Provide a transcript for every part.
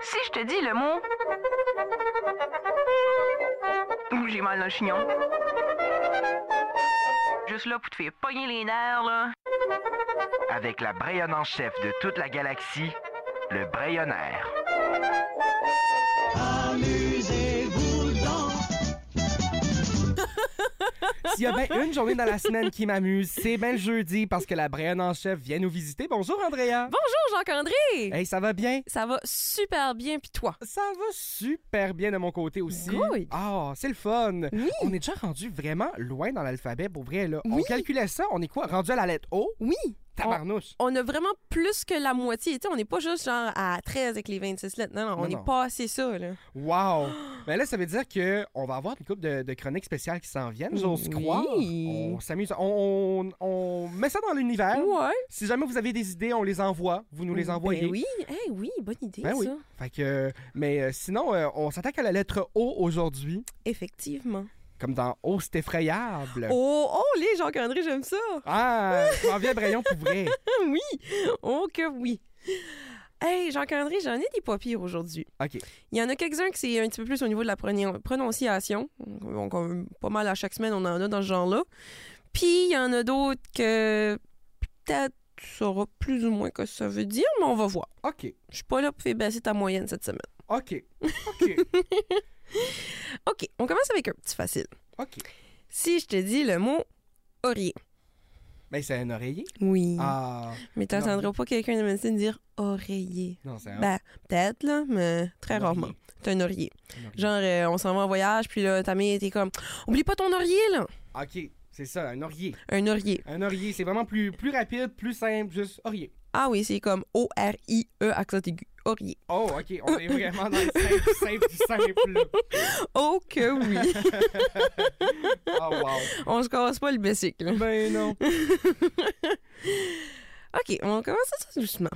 Si je te dis le mot. Ouh, j'ai mal dans le chignon. Juste là pour te faire pogner les nerfs, là. Avec la Brayonne en chef de toute la galaxie, le Brayonnaire. Amusez-vous S'il y a bien une journée dans la semaine qui m'amuse, c'est bien le jeudi parce que la Brienne en chef vient nous visiter. Bonjour, Andrea. Bonjour, Jacques-André. Hey, ça va bien? Ça va super bien, puis toi? Ça va super bien de mon côté aussi. Good. Ah, c'est le fun. Oui. On est déjà rendu vraiment loin dans l'alphabet, pour vrai, là. On Oui. calculait ça, on est quoi? Rendu à la lettre O? Oui. Tabarnouche. On a vraiment plus que la moitié. Tu sais, on n'est pas juste genre à 13 avec les 26 lettres. Non, non, Non, on non. est passé ça, là. Wow! Mais là, ça veut dire que on va avoir une couple de, de chroniques spéciales qui s'en viennent, j'ose Oui. croire. On s'amuse. On, on- on met ça dans l'univers. Ouais. Si jamais vous avez des idées, on les envoie. Vous Ah, nous les envoyez. Ben oui, Eh oui, bonne idée, Ben oui. ça. Fait que, mais euh, sinon, euh, on s'attaque à la lettre O aujourd'hui, Effectivement. comme dans O, c'est effrayable. Oh, oh, les Jacques-André, j'aime ça. Ah, tu m'en viens, Brayon, pour vrai. oui, oh que oui. Hey, Jacques-André, j'en ai des pas pires aujourd'hui. OK. Il y en a quelques-uns que c'est un petit peu plus au niveau de la proni- prononciation. Donc, on- pas mal à chaque semaine, on en a dans ce genre-là. Puis, il y en a d'autres que peut-être tu sauras plus ou moins que ça veut dire, mais on va voir. OK. Je suis pas là pour faire baisser ta moyenne cette semaine. OK. OK. OK, on commence avec un petit facile. OK. Si je te dis le mot oreiller. Mais Ben, c'est un oreiller. Oui. Ah, mais tu pas quelqu'un de médecine dire oreiller. non, c'est un, Ben, peut-être, là, mais très Un rarement. oreiller. C'est un oreiller. un oreiller. Genre, euh, on s'en va en voyage, puis là, ta mère était comme Oublie pas ton oreiller, là OK. C'est ça, un oreiller. Un oreiller. Un oreiller, c'est vraiment plus, plus rapide, plus simple, juste oreiller. Ah oui, c'est comme O-R-I-E, E, accent aigu. Oreiller. Oh, OK. On est vraiment dans le simple, simple du simple. là. Oh que oui Ah, wow. On se casse pas le basic, là. Ben non. Ok, on commence ça doucement.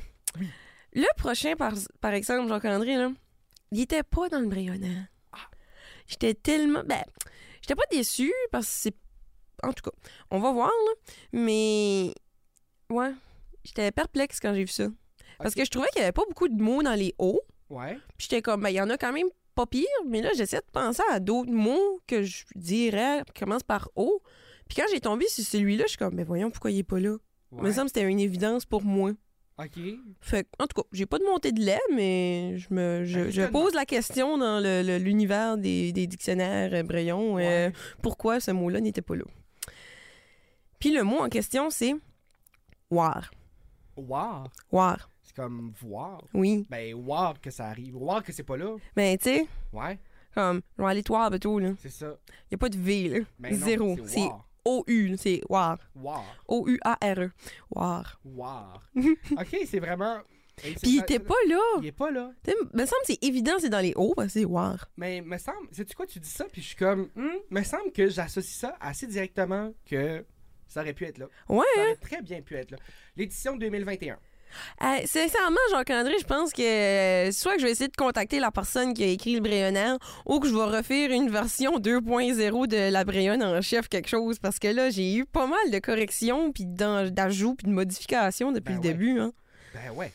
Le prochain, par, par exemple, Jacques-André, là, il était pas dans le Brionnant. J'étais tellement. Ben, j'étais pas déçue parce que c'est. En tout cas, on va voir, là. Mais. Ouais. J'étais perplexe quand j'ai vu ça. Parce Ok. que je trouvais qu'il y avait pas beaucoup de mots dans les hauts. Ouais. Puis j'étais comme, ben, il y en a quand même pas pire, mais là, j'essaie de penser à d'autres mots que je dirais qui commencent par O. Puis quand j'ai tombé sur celui-là, je suis comme, ben voyons, pourquoi il est pas là? Il me ouais. semble que c'était une évidence pour moi. OK. Fait que, en tout cas, j'ai pas de montée de lait, mais je me je, Ben, je étonnant. pose la question dans le- le- l'univers des, des dictionnaires euh, Brayon euh, Ouais. pourquoi ce mot-là n'était pas là. Puis le mot en question, c'est war. Wow. War, C'est comme voir. oui. Ben, wow que ça arrive. Wow que c'est pas là. Ben, tu sais, Ouais, comme, je vais aller te voir bientôt, là. c'est ça. Y a pas de V, là. Ben non, Zéro. C'est C'est war. O-U, là, c'est war. War. O-U-A-R-E. E, War. War. OK, c'est vraiment... Hey, c'est Puis il ça- était pas là. Il est pas là. Tu sais, me semble que c'est évident, c'est dans les hauts, parce que c'est war. Mais me semble... Sais-tu quoi, tu dis ça, puis je suis comme... Hmm, me semble que j'associe ça assez directement que ça aurait pu être là. Ouais, Ça hein? aurait très bien pu être là. L'édition 2021. Euh, sincèrement, Jacques-André, je pense que euh, soit que je vais essayer de contacter la personne qui a écrit le Bréonnaire ou que je vais refaire une version 2.0 de la Bréonne en chef quelque chose parce que là, j'ai eu pas mal de corrections, puis d'en- d'ajouts, puis de modifications depuis Ben le ouais. début. hein. Ben ouais.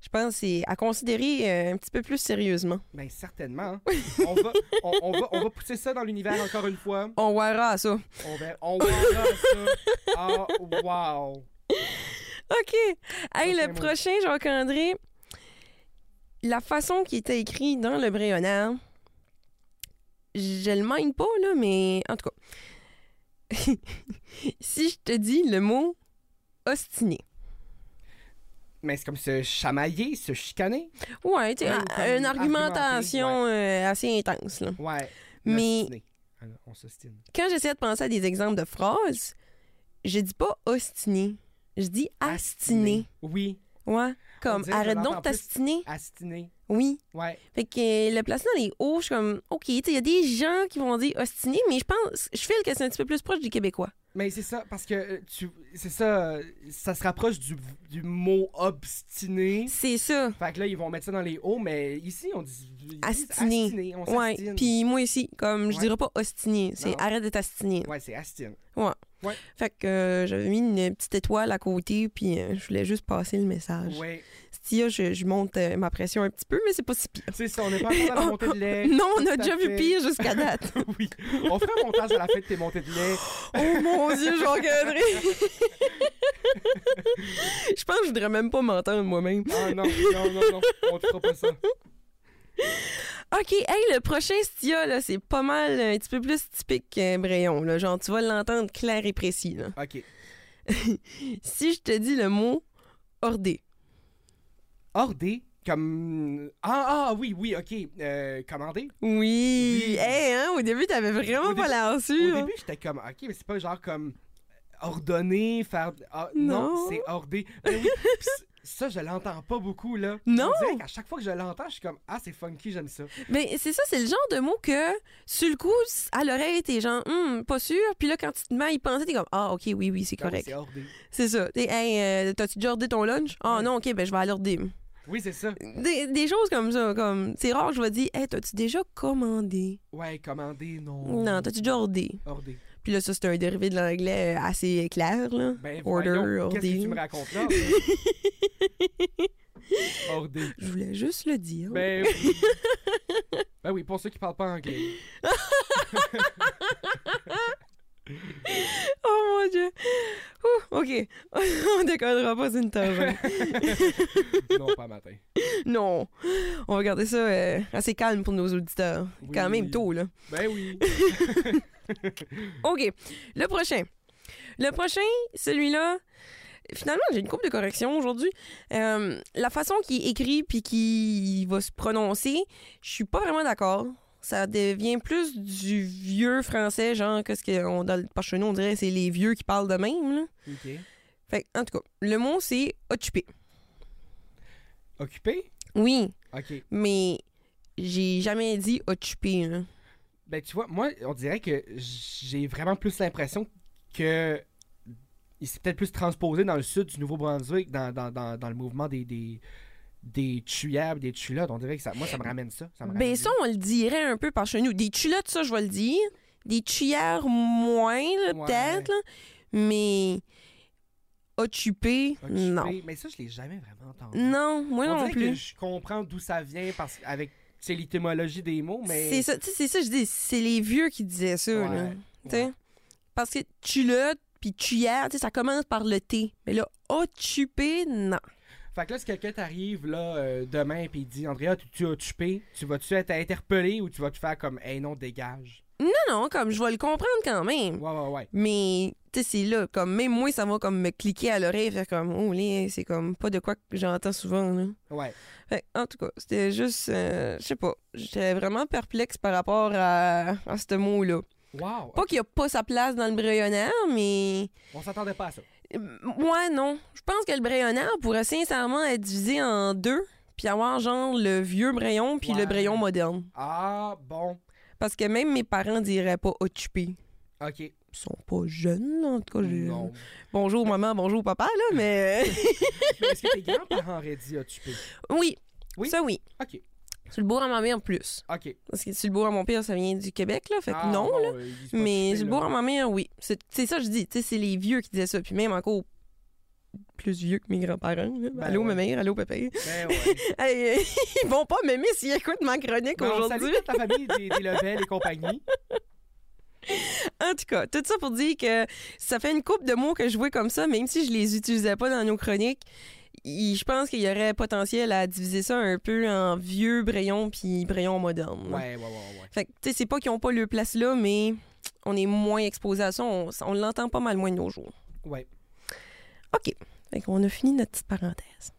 Je pense que c'est à considérer euh, un petit peu plus sérieusement. Ben certainement. On va, on, on va, on va pousser ça dans l'univers encore une fois. On verra ça. On va... On verra ça. Ah, wow. OK. Hey, Prochain le mot. prochain, Jacques-André, la façon qui était écrit dans le Bréonard, je le mine pas, là, mais en tout cas, si je te dis le mot ostiné, Mais c'est comme se chamailler, se chicaner. ouais, tu sais, Ouais, un- ou comme une argumentation argumenter, euh, assez intense, là. Ouais. Mais- L'ostiner. Alors, On s'ostine. Quand j'essaie de penser à des exemples de phrases, je dis pas ostiné, je dis astiné. Oui. Ouais, comme dirait que je arrête l'entends donc de plus. t'astiner. Astiner. Oui. Ouais. Fait que euh, le placer dans les hauts, je suis comme, OK, tu sais, il y a des gens qui vont dire ostiné, mais je pense, je file que c'est un petit peu plus proche du québécois. Mais c'est ça, parce que euh, tu, c'est ça, euh, ça se rapproche du, du mot obstiné. C'est ça. Fait que là, ils vont mettre ça dans les hauts, mais ici, on dit. ils disent Astiné. astiné, On Ouais. s'astine. Puis moi aussi, comme, je Ouais. dirais pas ostiné, c'est Non. arrête de t'astiner. Ouais, c'est astine. Ouais. Ouais. Fait que euh, j'avais mis une petite étoile à côté, puis euh, je voulais juste passer le message. Ouais. Stia, je, je monte euh, ma pression un petit peu, mais c'est pas si pire. C'est ça, on n'est pas encore dans la montée de lait. Oh, Non, on Tout à a déjà fait. vu pire jusqu'à date. oui. On fera un montage à la fin de tes montées de lait. Oh mon Dieu, Jean-Cadré! je pense que je voudrais même pas m'entendre moi-même. Ah non, non, non, non. On te fera pas ça. OK, hey, le prochain Stia, là, c'est pas mal euh, un petit peu plus typique euh, Brayon. Là. Genre, tu vas l'entendre clair et précis. Là. OK. Si je te dis le mot ordé, Ordé, comme. Ah, ah, oui, oui, OK. Euh, commandé. oui! Oui. Hey, hein, au début, t'avais vraiment Au pas début- l'air Au sûr. début, j'étais comme, OK, mais c'est pas genre comme ordonner, faire. ah, Non. c'est ordé. Ben oui. Pis c- ça, je l'entends pas beaucoup, là. Non. On dirait qu'à chaque fois que je l'entends, je suis comme, ah, c'est funky, j'aime ça. Mais c'est ça, c'est le genre de mot que, sur le coup, à l'oreille, t'es genre, Hum, pas sûr. Puis là, quand tu te mets à y penser, t'es comme, ah, OK, oui, oui, c'est Ah oui, correct. C'est ordé. C'est ça. T'es, hey, euh, t'as-tu déjà ordé ton lunch? Ah Ouais. non, OK, ben je vais aller order. Oui, c'est ça. Des, des choses comme ça, comme c'est rare, que je vais dire, hey, t'as-tu déjà commandé Ouais, commandé, non. Non, t'as-tu déjà ordé Ordé. Puis là, ça c'est un dérivé de l'anglais euh, assez clair là. Ben, Order, voyons, ordé. Qu'est-ce que tu me racontes là? ordé. Je voulais juste le dire. Ben oui. ben oui, pour ceux qui parlent pas anglais. Oh mon dieu. Ouh, ok, on décodera pas une taverne. Non, pas matin. non, on va garder ça euh, assez calme pour nos auditeurs. Oui. Quand même tôt là. Ben oui. OK. Le prochain. Le prochain, celui-là. Finalement, j'ai une coupe de corrections aujourd'hui. Euh, la façon qui est écrit puis qui va se prononcer, je suis pas vraiment d'accord. Ça devient plus du vieux français, genre, que ce qu'on dans le par chez nous, on dirait c'est les vieux qui parlent de même. là. OK. Fait que, en tout cas, le mot c'est occupé. Occupé? Oui, OK. mais j'ai jamais dit occupé. hein. là. Ben, tu vois, moi, on dirait que j'ai vraiment plus l'impression que il s'est peut-être plus transposé dans le sud du Nouveau-Brunswick, dans, dans, dans, dans le mouvement des, des, des tuyables, des tulottes. On dirait que ça, moi, ça me ramène ça. ça me ramène Ben ça, on le dirait un peu par chez nous. Des culottes, ça, je vais le dire. Des tuyères, moins, là, Ouais. peut-être. là. Mais occupé, là. Occupé. non. Mais ça, je l'ai jamais vraiment entendu. Non, moi on non dirait que plus. je comprends d'où ça vient parce avec tu sais, l'étymologie des mots, mais. C'est ça, tu sais, c'est ça, je dis, c'est les vieux qui disaient ça. Ouais, là. ouais. Tu sais? Parce que culotte puis tuyère, tu sais, ça commence par le T. Mais là, occupé, non. Fait que là, si quelqu'un t'arrive là euh, demain et il dit Andrea, tu, tu es occupé, tu vas-tu être interpellé ou tu vas te faire comme Hey non, dégage Non, non, comme je vais le comprendre quand même. Ouais, ouais, ouais. Mais, tu sais, c'est là, comme même moi, ça va comme me cliquer à l'oreille, faire comme, oh, là, c'est comme pas de quoi que j'entends souvent, là. Ouais. Fait que, en tout cas, c'était juste, euh, je sais pas, j'étais vraiment perplexe par rapport à, à ce mot-là. Wow. Pas qu'il a pas sa place dans le brayonnaire, mais On s'attendait pas à ça. euh, moi, non. Je pense que le brayonnaire pourrait sincèrement être divisé en deux, puis avoir genre le vieux brayon puis Ouais. le brayon moderne. Ah, bon. Parce que même mes parents diraient pas occupé. OK. Ils sont pas jeunes, en tout cas. je- Non. Bonjour maman, bonjour papa, là, mais... Mais Est-ce que tes grands-parents auraient dit occupé? oui, Oui? ça oui. OK. Sur le bourg à ma mère, plus. OK. Parce que sur le bourg à mon père, ça vient du Québec, là. Fait que Ah, non, bon, là. euh, ils disent pas Mais occupé, le là. bourg à ma mère, oui. C'est c'est ça que je dis. Tu sais, c'est les vieux qui disaient ça. Puis même encore plus vieux que mes grands-parents. là. Ben allô, ouais. ma mère, allô, papa. Hey, Ben ouais. euh, ils vont pas m'aimer s'ils écoutent ma chronique Ben, on aujourd'hui. salue toute la famille des, des Lebel et compagnie. En tout cas, tout ça pour dire que ça fait une coupe de mots que je vois comme ça, même si je les utilisais pas dans nos chroniques. il- Je pense qu'il y aurait potentiel à diviser ça un peu en vieux brayon puis brayon moderne. Ouais, ouais, ouais, ouais. ouais. Fait que, tu sais, c'est pas qu'ils ont pas leur place là, mais on est moins exposé à ça. On, on l'entend pas mal moins de nos jours. Ouais. OK. Fait qu'on a fini notre petite parenthèse.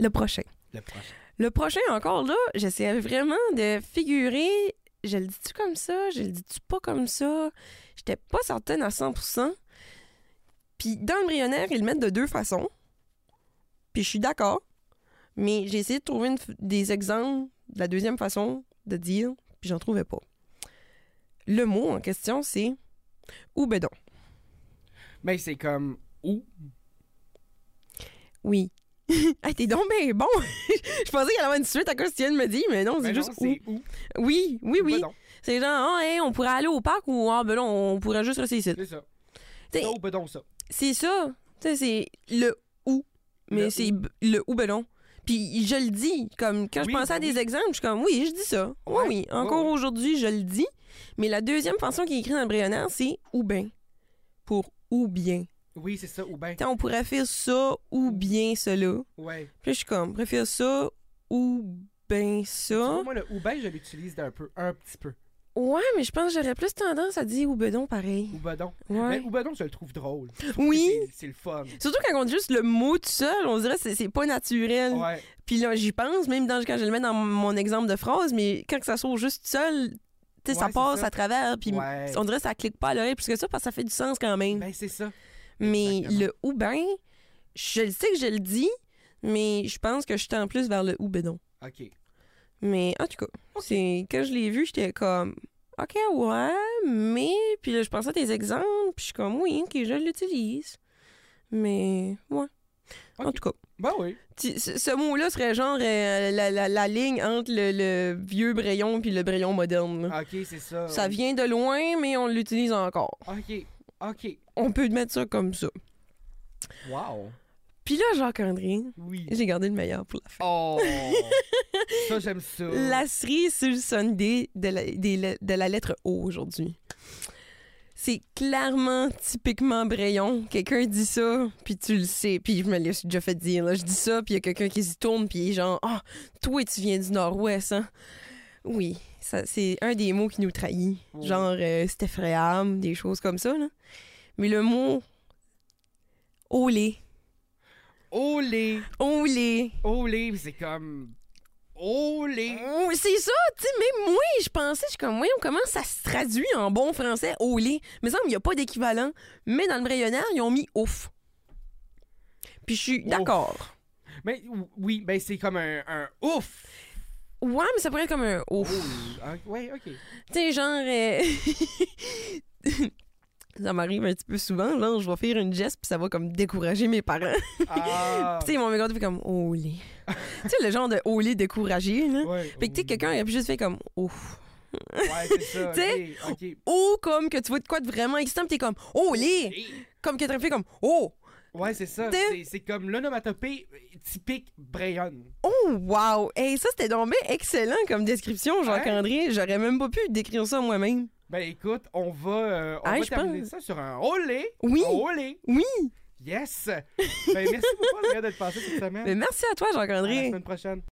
Le prochain. Le prochain. Le prochain, encore là, j'essaie vraiment de figurer. Je le dis-tu comme ça? Je le dis-tu pas comme ça? J'étais pas certaine à 100 Puis dans le brionnaire, ils le mettent de deux façons. Puis je suis d'accord. Mais j'ai essayé de trouver une f- des exemples de la deuxième façon de dire, puis j'en trouvais pas. Le mot en question, c'est ou ben bedon. Mais c'est comme où? Oui. hey, t'es donc ben bon! je pensais qu'il y avait une suite à cause que tu viens de me dire, mais non, c'est Ben non, juste c'est où? ou. Oui, oui, oui. Ben non, C'est genre, ah, hey, on pourrait aller au parc ou ah, ben là, on pourrait juste rester ici. c'est ça. T'sais, Ça ou ben donc ça. C'est ça. Tu sais, c'est le ou. Mais Le c'est b- le ou ben non. Puis je le dis. Comme quand Oui, ben je pensais à oui. des exemples, je suis comme oui, je dis ça. Oui, Ouais. oui. Ouais, Encore ouais. aujourd'hui, je le dis. Mais la deuxième façon qui est écrite dans le Bréonard, c'est ou ben. Pour ou bien. Oui, c'est ça ou ben. Tu sais, on pourrait faire ça ou bien cela. Ouais. Puis là, je suis comme, préfère ça ou ben Tu ça. vois, moi, le ou ben, je l'utilise d'un peu, un petit peu. Ouais, mais je pense que j'aurais plus tendance à dire ou ben non pareil. Ou ben donc. Ouais. Mais ou ben donc, je le trouve drôle. Je trouve que Oui. c'est- C'est le fun. Surtout quand on dit juste le mot tout seul, on dirait que c'est- c'est pas naturel. Ouais. Puis là, j'y pense, même dans- quand je le mets dans mon exemple de phrase, mais quand que ça sort juste seul, tu sais, ça Ouais, c'est passe ça. à travers, puis Ouais. on dirait que ça clique pas à l'oreille plus que ça, parce que ça fait du sens quand même. Ben, c'est ça. mais exactement. le ou ben, je le sais que je le dis, mais je pense que je tends plus vers le ou ben bedon. OK. Mais en tout cas, c'est quand je l'ai vu, j'étais comme, OK, ouais, mais. Puis là, je pensais à des exemples, puis je suis comme, oui, OK, je l'utilise. Mais, ouais. En Ok. tout cas. Ben oui. Tu- Ce, ce mot-là serait genre euh, la, la- la ligne entre le, le vieux brayon puis le brayon moderne. là. OK, c'est ça. Ça vient de loin, mais on l'utilise encore. OK. OK. On peut mettre ça comme ça. Wow. Puis là, Jacques-André, Oui. j'ai gardé le meilleur pour la fin. Oh. ça, j'aime ça. La cerise sur le Sunday de la, des le- de la lettre O aujourd'hui. C'est clairement, typiquement Brayon. Quelqu'un dit ça, puis tu le sais. Puis je me l'ai déjà fait dire. là. Je dis ça, puis il y a quelqu'un qui s'y tourne, puis il est genre Ah, toi, tu viens du Nord-Ouest, hein? Oui, ça, c'est un des mots qui nous trahit. Oui. Genre, euh, c'est effrayable, des choses comme ça. Là. Mais le mot olé, Olé. olé, Olé, c'est comme. Olé. Oh, C'est ça, tu sais, même moi, je pensais, je suis comme, voyons, comment ça se traduit en bon français, au lait. Mais semble il n'y a pas d'équivalent. Mais dans le brayonnaire, ils ont mis ouf. Puis je suis Ouf. d'accord. Mais oui, ben c'est comme un, un ouf. Ouais, mais ça pourrait être comme un ouf. Ah, ouais, ok. Tu sais, genre. euh, ça m'arrive un petit peu souvent, là, je vais faire une geste, puis ça va comme décourager mes parents. Ah. Tu sais, ils vont me regarder, puis comme, au lait. tu sais, le genre de au lait découragé, là. Ouais, Fait que, tu sais, quelqu'un, il a juste fait comme, ouf. Ouais, c'est ça. Tu sais, ok, ok. ou comme que tu vois de quoi de vraiment excitant, pis t'es comme oh les, comme que t'as fait comme oh Ouais, c'est ça. T'es- C'est- C'est comme l'onomatopée euh, typique Brayonne. oh wow, hey ça c'était donc bien excellent comme description Jacques André, j'aurais même pas pu décrire ça moi-même. Ben écoute, on va, euh, on Ah, va je terminer pense. ça sur un olé. Oui. Olé. Oui, Yes. Ben merci beaucoup Andrea, d'être passé cette semaine. mais merci à toi Jacques À la André. semaine prochaine.